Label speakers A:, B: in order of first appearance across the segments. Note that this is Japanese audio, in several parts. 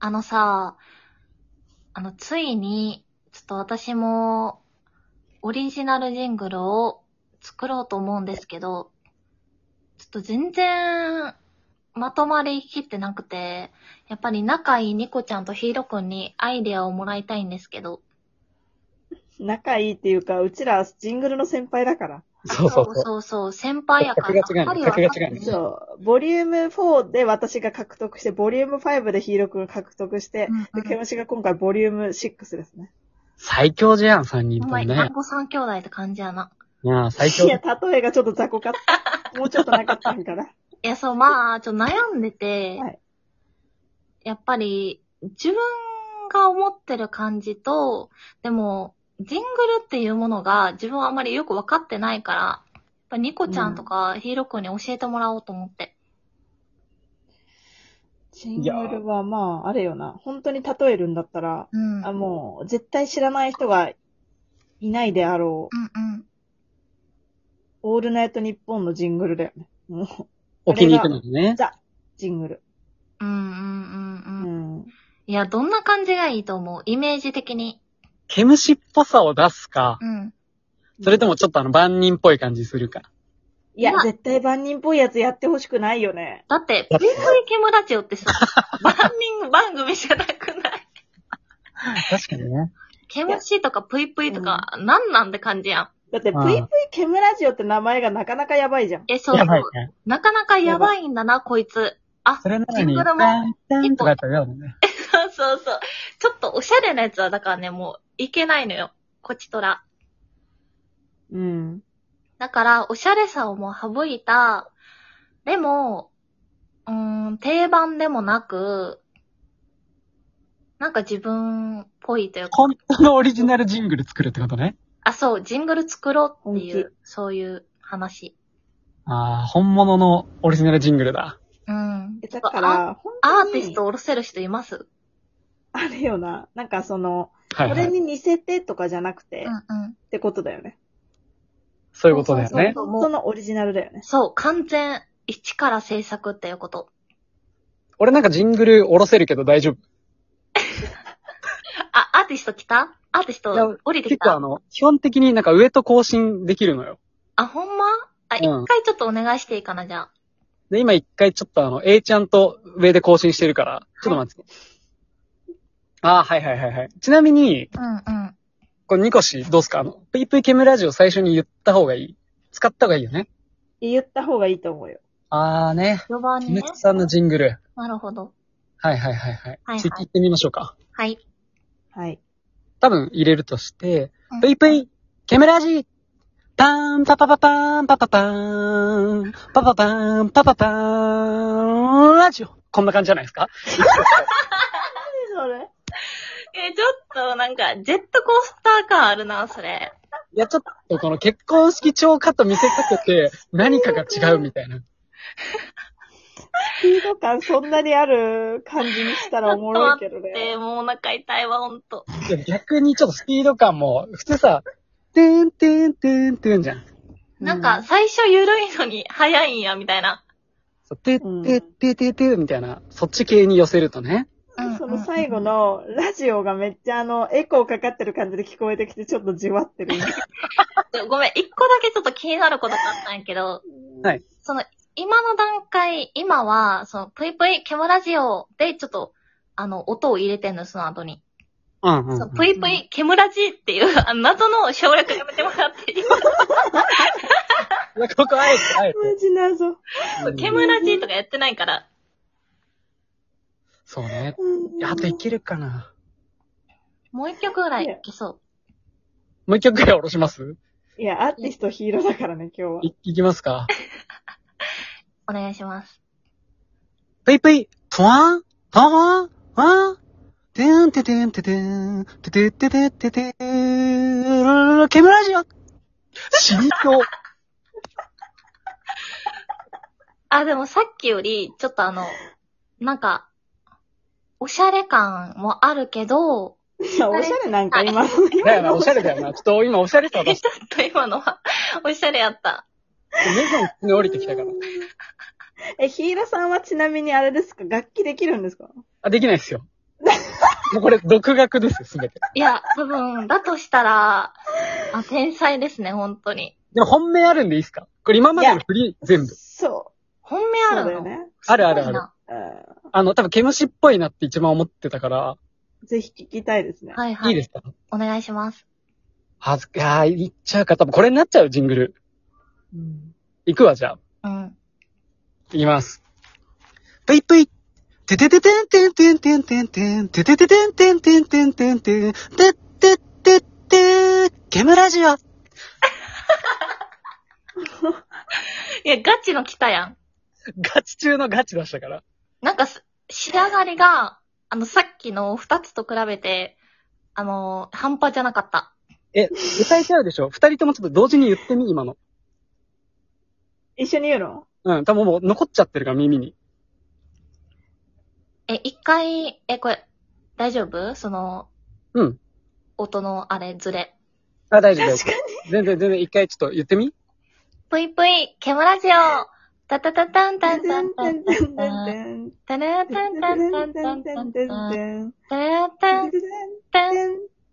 A: あのさ、あの、ついに、ちょっと私も、オリジナルジングルを作ろうと思うんですけど、ちょっと全然、まとまりきってなくて、やっぱり仲いいニコちゃんとヒーロくんにアイデアをもらいたいんですけど。
B: 仲いいっていうか、うちらジングルの先輩だから。
C: そうそうそう。
A: そうそう先輩やから。
C: 格が違うの
A: やっぱり分かって
C: 格が違うの
A: ね
B: そう。ボリューム4で私が獲得して、ボリューム5でヒーロー君が獲得して、
A: うんう
B: で、
A: ん
B: ケムシが今回ボリューム6ですね。
C: 最強じゃん、三人
A: お
C: とも
A: 前、
C: ね
A: 団。子三兄弟って感じやな。
C: まあ、最強
B: い。や、例えがちょっと雑魚か った。もうちょっとなかったんかな。
A: いや、そう、まあ、ちょっと悩んでて、
B: はい
A: やっぱり、自分が思ってる感じと、でも、ジングルっていうものが自分はあんまりよくわかってないから、やっぱニコちゃんとかヒーロー君に教えてもらおうと思って。
B: ジングルはまあ、あれよな。本当に例えるんだったら、
A: うん。
B: あ、もう、絶対知らない人がいないであろう
A: う。んうん。
B: オールナイトニッポンのジングルだよね。もう、
C: 置きに行くのね。
B: ザ、ジングル。
A: うんうんう
B: うん
A: うん。
B: ん。
A: いや、どんな感じがいいと思うイメージ的に。
C: 毛虫っぽさを出すか、
A: うん。
C: それともちょっとあの、万人っぽい感じするか。
B: いや
A: ま、あ
B: 絶対万人っぽいやつやってほしくないよね。
A: だって、ピンクイケムラジオってさ、万人番組じゃなくない
C: 確かにね。
A: ケムシとかプイプイとか、なんなんって感じやん。
B: だって、
C: ああ
B: ぷいぷいケムラジオって名前がなかなかやばいじゃん。
A: え、そうそ
C: や
A: う。
C: ばいね。
A: なかなかやばいんだな、こいつ。あ、
C: それなの
A: ジン
C: に、
A: グルも
C: タンタンとかやったらやだね。
A: そうそうそう。ちょっとおしゃれなやつは、だからね、もう、いけないのよ。こちとら。
B: うん。
A: だから、おしゃれさをもう省いた、でも、うーん、定番でもなく、なんか自分っぽいというか、
C: 本当のオリジナルジングル作るってことね。
A: あ、そう、ジングル作ろうってい
B: 本
A: う、そういう話。
C: ああ、本物のオリジナルジングルだ。
A: うん
B: え。だか
A: あ
B: ら、本当
A: ア
B: に
A: ーティストおろせる人います
B: あれよな。なんかその、
C: はい、
B: こ
C: は
B: れ
C: い。
B: に似せてとかじゃなくて、
A: う
B: っ
A: んうん。
B: てことだよね。
C: そういうことだよ
A: そうそう
C: ね。
A: そう
B: 本当のオリジナルだよね。
A: そう、完全、一から制作っていうこと。
C: 俺なんかジングル下ろせるけど大丈夫。
A: あ、アーティスト来たアーティス
C: いや
A: ト降りて
C: 結
A: き
C: 構あ
A: た
C: の、基本的になんか上と更新できるのよ。
A: あ、ほんまあ、一、
C: うん
A: 回ちょっとお願いしていいかな、じゃあ。
C: で、今一回ちょっとあの、A ちゃんと上で更新してるから、ちょっと待って。ああ、はいはいはいはい。ちなみに、
A: うんうん。
C: これニコシどうすかあの、ぷいぷいケムラジオ最初に言った方がいい。使った方がいいよね。
B: 言った方がいいと思うよ。
C: あーね。
A: 4番
C: キ
A: にね
C: ム。チさんのジングル。
A: なるほど。
C: はいはいはいはい。
A: はいはい
C: 次行ってみましょうか。
A: はい。
B: はい。
C: 多分入れるとして
A: うん、
C: ぷいぷいケムラジパーンパパパパーンパパパーンパパパーンパパパーンラジオこんな感じじゃないですか
B: 何それ
A: え、ちょっと、なんか、ジェットコースター感あるな、それ。
C: いや、ちょっとこの結婚式超かと見せかけて、何かが違うみたいな。
B: スピード感そんなにある感じにしたらおもろいけど
A: え
B: ね。
A: ー、もうお腹痛いわ、ほんと。
C: いや逆にちょっとスピード感も、普通さ、てーんてーんてーんてーんじゃん。
A: なんか、最初緩いのに早いんや、みたいな。
C: そうて
B: うん
C: ーてーてーてーてーみたいな、そっち系に寄せるとね。
A: うん
B: その最後。のラジオがめっちゃあの、エコーかかってる感じで聞こえてきてちょっとじわ ってる。
A: うんうんごめん、一個だけちょっと気になることがあったんやけど。
C: はい。
A: その、今の段階、今は、その、ぷいぷい、ケムラジオで、ちょっと、あの、音を入れてんの、その後に。
C: うんうん、う
A: そう、
C: ん。
A: ぷいぷい、ケムラジっていう、あの謎の省略やめてもらっていい
C: いやここあえて、あえ
B: マジ謎。
C: て。
A: ケムラジとかやってないから。
C: そうね。いやあといけるかな。
A: もう一曲ぐらいいけそう。
C: もう一曲ぐらい下ろします
B: いや、アーティストヒーローだからね、今日は。
C: い、いきますか。
A: お願いします。
C: ぷいぷい、とわん、とわん、わん、てーんててんててん、ててててててー、ケムラジオ死にそう。
A: あ、でもさっきより、ちょっとあの、なんか、おしゃれ感もあるけど、
B: いや、おしゃれなんか今の。
C: だよな、おしゃれだよな。ちょっと今おしゃれさを
A: ちょ
C: 出
A: っ
C: して、
A: と今のは、おしゃれやった。
C: メゾンに降りてきたから。
B: え、ヒーラさんはちなみにあれですか楽器できるんですか
C: あ、できないっすよ。もうこれ、独学ですよ、すべて。
A: いや、多分、だとしたら、あ、天才ですね、本当に。
C: でも本命あるんでいいですかこれ今までの振り、全部。
B: そ
A: 本命
B: う。
A: あ
B: そうだ
A: るの
B: よね。
C: あるあるあ
A: す
C: る
A: ごいな
B: う
C: あの、多分、毛虫っぽいなって一番思ってたから、
B: ん。ぜひ聞きたいですね。
A: はいはい。
C: いいですか
A: お願いします。
C: はず、あー、言っちゃうか。多分、これになっちゃう、ジングル。
B: うん
C: いくわ、じゃ
A: う
C: あ。
A: ん。
C: いきます。ぷいぷい。ててててんてんてんてんてんてん。ててててんてんてんてんてんてん。てってってって。ケムラジオ。
A: いや、ガチの来たやん。
C: ガチ中のガチ出したから。
A: なんかす、仕上がりが、あの、さっきの二つと比べて、あの、半端じゃなかった。
C: え、歌えちゃうでしょ二人ともちょっと同時に言ってみ、今の。
B: 一緒に言うの
C: うん、多分もう残っちゃってるから、耳に。
A: え、一回、え、これ、大丈夫その、
C: うん。
A: 音のあれ、ずれ。
C: あ、大丈夫大
B: 確
C: 丈
B: かに。
C: 夫。全然、全然、一回ちょっと言ってみ
A: ぷいぷい、ケムラジオタタタタンタンタンタンタンタン。タラタンタンタンタンタンタン。タラタンタン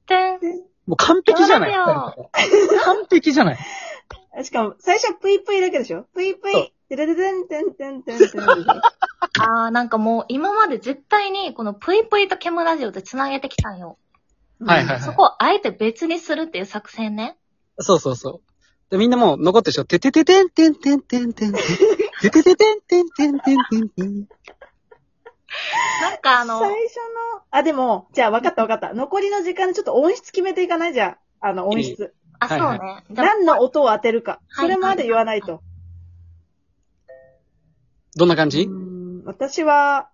A: タン。
C: もう完璧じゃない。
A: やばい
C: 完璧じゃない。
B: しかも、最初はプイプイだけでしょプイプ
C: そう
B: イ。てれれれんてんてんてんてんてんでしょ
A: あー、なんかもう今まで絶対にこのぷいぷいとケムラジオで繋げてきたんよ。
C: はいはい
A: そこをあえて別にするっていう作戦ね。
C: そうそうそう。で、みんなもう残ってるでしょ。ててててんてんてんてんてんてん。ててててんてんてんてんてんてん。
A: なんかあ
B: 最
A: の、
B: 初の、あ、でも、じゃあ分かった分かった。残りの時間でちょっと音質決めていかないじゃあ、あの音質。
A: あ、そう
C: はい
A: ね。じゃあ
B: 何の音を当てるか。
A: はい
B: それまで言わないと。
C: どんな感じ
B: うん私は、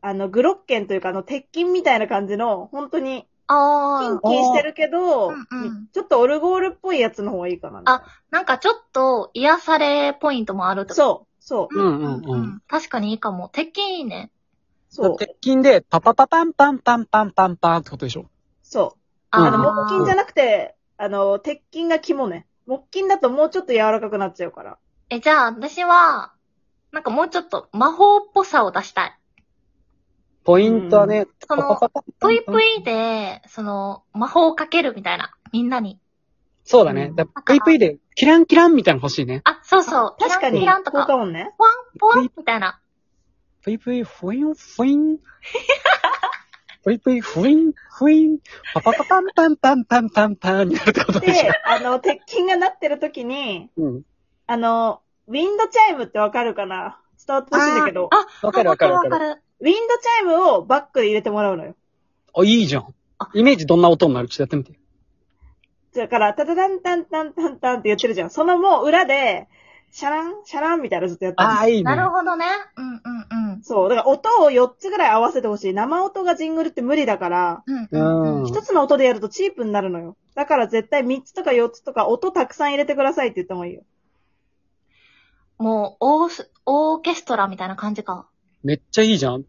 B: あの、グロッケンというか、あの、鉄筋みたいな感じの、本当に、キ
A: あ
B: ン
A: ー、
B: キンしてるけど、
A: うんうん
B: ちょっとオルゴールっぽいやつの方がいいかな。
A: あなんかちょっと癒されポイントもあるってこと
B: そう、そう、
C: うんうんうん。
A: 確かにいいかも。鉄筋いいね。
B: そう、
C: 鉄筋で、パパパパンパンパンパンパンパンってことでしょ。
B: そう。
A: あ
B: あ
A: ー
B: の、
C: うん
B: 木筋じゃなくて、あの、鉄筋が肝ね。木筋だともうちょっと柔らかくなっちゃうから。
A: え、じゃあ私は、なんかもうちょっと魔法っぽさを出したい。
C: ポイントはね、
A: その
C: パパパパパ
A: ぷ
C: ン
A: い
C: パン
A: ぷいで、その、魔法をかけるみたいな。みんなに。
C: そうだね。だぷいぷいで、キランキランみたいなの欲しいね。
A: あ、そうそう。
B: 確かに、
A: キランキ
B: 効
A: ランとか、
B: 果音ね。
A: ポワンみたいな。
C: ぷいぷい、ふいん、ふいん。ぷいぷい、ふいん、ふいん。パパパパンパンパンパンパンパンになるってことでし
B: で、あの、鉄筋がなってる時に、
C: ょ。うん。
B: あの、ウィンドチャイムってわかるかな伝わってほしいんだけど、
A: あ、
C: わかるわかるわかる
A: わかる。
B: ウィンドチャイムをバックで入れてもらうのよ。
C: あ、いいじゃん
A: あ。
C: イメージどんな音になるちょっとやってみて。
B: だから、タタタンタンタンタンタンって言ってるじゃん。そのもう裏で、シャラン、シャランみたいなのずっとやってる。
C: ああ、いいね。
A: なるほどね。うんうんうん。
B: そう。だから音を4つぐらい合わせてほしい。生音がジングルって無理だから、
A: うんうんうん。
C: うん
B: 一つの音でやるとチープになるのよ。だから絶対3つとか4つとか音たくさん入れてくださいって言った方がいいよ。
A: もう、オース、オーケストラみたいな感じか。
C: めっちゃいいじゃん。で、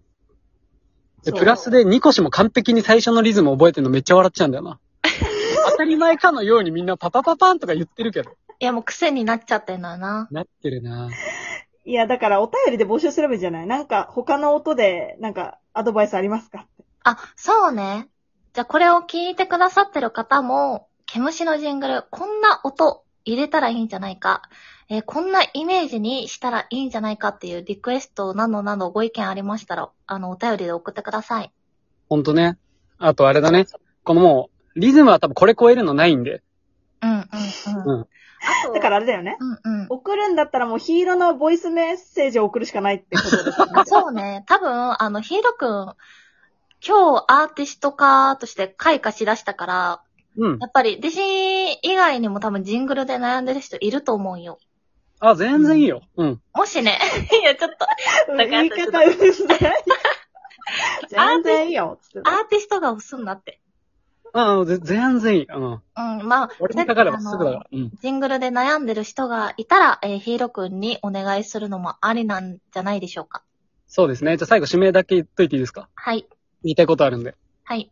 B: そう
C: プラスで、ニコシも完璧に最初のリズム覚えてるのめっちゃ笑っちゃうんだよな。当たり前かのようにみんなパパパパンとか言ってるけど。
A: いや、もう癖になっちゃってんのよな。
C: なってるない
B: や、だからお便りで募集すればいいんじゃないなんか他の音で、なんかアドバイスありますか
A: あ、そうね。じゃあこれを聞いてくださってる方も、毛虫のジングル、こんな音入れたらいいんじゃないか、えーこんなイメージにしたらいいんじゃないかっていうリクエストなどなどご意見ありましたら、あの、お便りで送ってください。
C: ほんとね。あとあれだね。このもう、リズムは多分これ超えるのないんで。
A: うんうんうん。
C: うん
A: あと、
B: だからあれだよね。
A: うんうん。。
B: 送るんだったらもうヒーローのボイスメッセージを送るしかないってことですよね
A: そうね。多分、あの、ヒーロくん、今日アーティスト化として開花しだしたから、
C: うん。
A: やっぱり、弟子以外にも多分ジングルで悩んでる人いると思うよ。
C: あ、全然いいよ。うん。
A: もしね、 いや、ちょっと、 だから
B: 言い方う るさい。全然いいよ。つって
A: アーティストが押すんだって。
C: うん、うんぜ全然いい。うん。
A: うん、まあ、
C: 俺にかかればすぐ
A: あ
C: だか
A: の
C: ら。うん。
A: ジングルで悩んでる人がいたら、えーヒーローくんにお願いするのもありなんじゃないでしょうか。
C: そうですね。じゃあ最後指名だけ言っといていいですか
A: はい。
C: 言いたいことあるんで。
A: はい。